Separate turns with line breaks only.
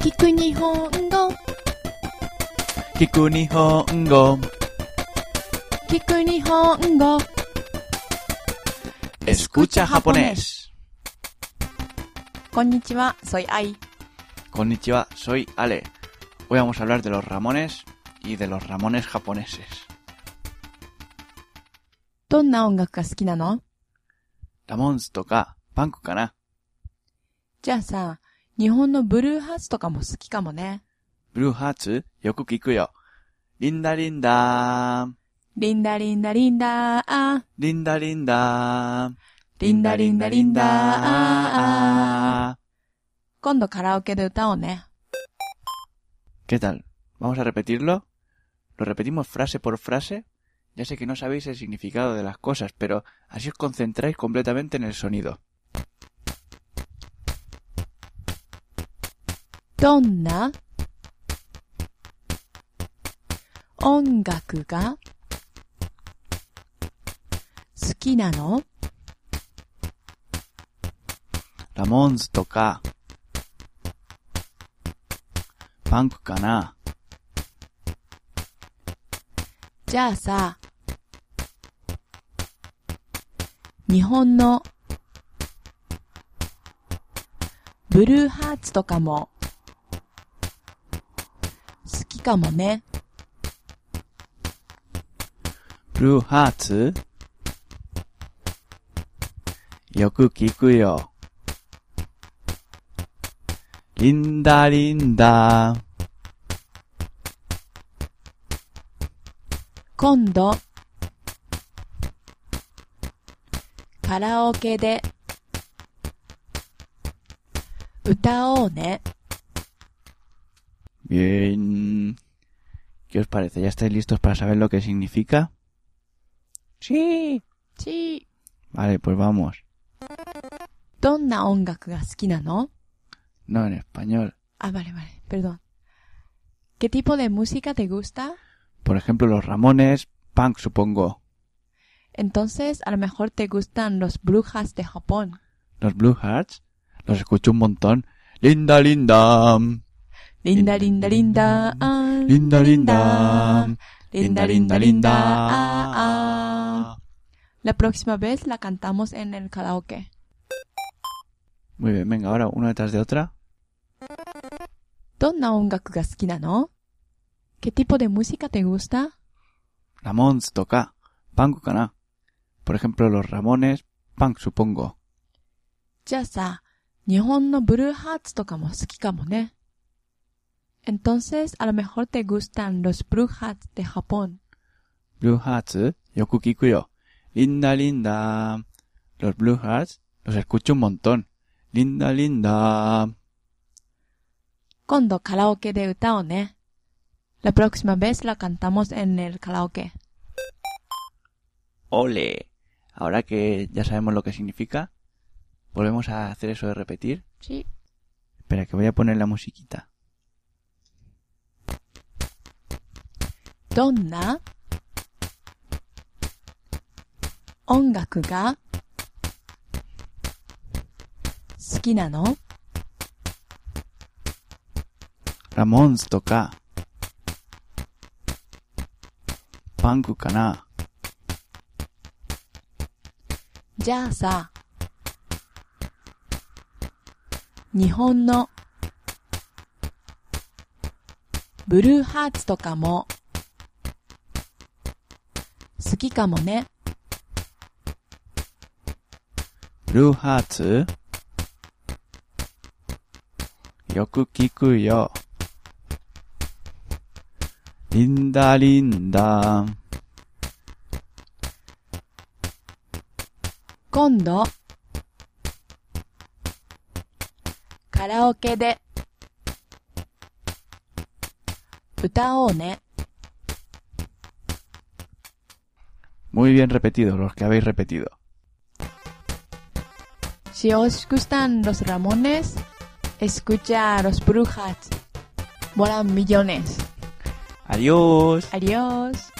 聞く日本語
聞く日本語
聞く日本語
Escucha japonés
こんにちは、soy Ai
Konnichiwa, soy Ale Hoy vamos a hablar de los Ramones y de los Ramones japoneses
どんな音楽が好きなの
Ramones とかパンクかな
じゃあさ、日本のブルーハーツとかも好きかもね。
ブルーハーツよく聞くよリンダリンダー
リンダリンダリンダーあ
リンダリンダー
ーリンダリンダリンダーあーあー
あ
今度カラオケで歌おうね。
¿Qué tal? ¿Vamos a repetirlo? ¿Lo repetimos frase por frase? Ya sé que no sabéis el significado de las cosas, pero así os concentráis completamente en el sonido.
どんな音楽が好きなの
Ramones toca. Punk kana.
じゃあさ、日本のブルーハーツとかも好きかもね。
Blue Hearts. Yoku kikuyo. Linda, linda.
今度、カラオケで歌おうね。
Bien. ¿Qué os parece? ¿Ya estáis listos para saber lo que significa? Sí.
ち
Vale, pues vamos.
どんな音楽が好きなの
No en español.
Ah, vale, vale, perdón. ¿Qué tipo de música te gusta?
Por ejemplo, los Ramones, punk supongo.
Entonces, a lo mejor te gustan los brujas de Japón.
Los Blue Hearts. Los escucho un montón. Linda, linda.
Linda, linda, linda. ah,
Linda, linda.
Linda, linda, linda. ah, ah. La próxima vez la cantamos en el karaoke.
Muy bien, venga, ahora una detrás de otra.
どんな音楽が好きなの ¿Qué tipo de música te gusta?
Ramones toca. Punk kana. Por ejemplo, los Ramones, punk supongo.
じゃあさ、日本のブルーハーツとかも好きかもね。Entonces, a lo mejor te gustan los brujas de Japón.
Blue Hearts, ¿eh? yoku kikuyo. Linda, linda. Los Blue Hearts, los escucho un montón. Linda, linda.
今度カラオケで歌おうね。La próxima vez la cantamos en el karaoke.
Ole. Ahora que ya sabemos lo que significa, volvemos a hacer eso de repetir.
Sí.
Espera, que voy a poner la musiquita.
どんな音楽が好きなの
Ramones toca. Punk kana.
じゃあさ、日本のブルーハーツとかも好きかもね。
Blue Hearts. Yoku kikuyo. Linda, linda.
今度、カラオケで歌おうね。
Muy bien repetido, los que habéis repetido.
Si os gustan los Ramones, escucha a los Brujas. Molan millones.
Adiós.
Adiós.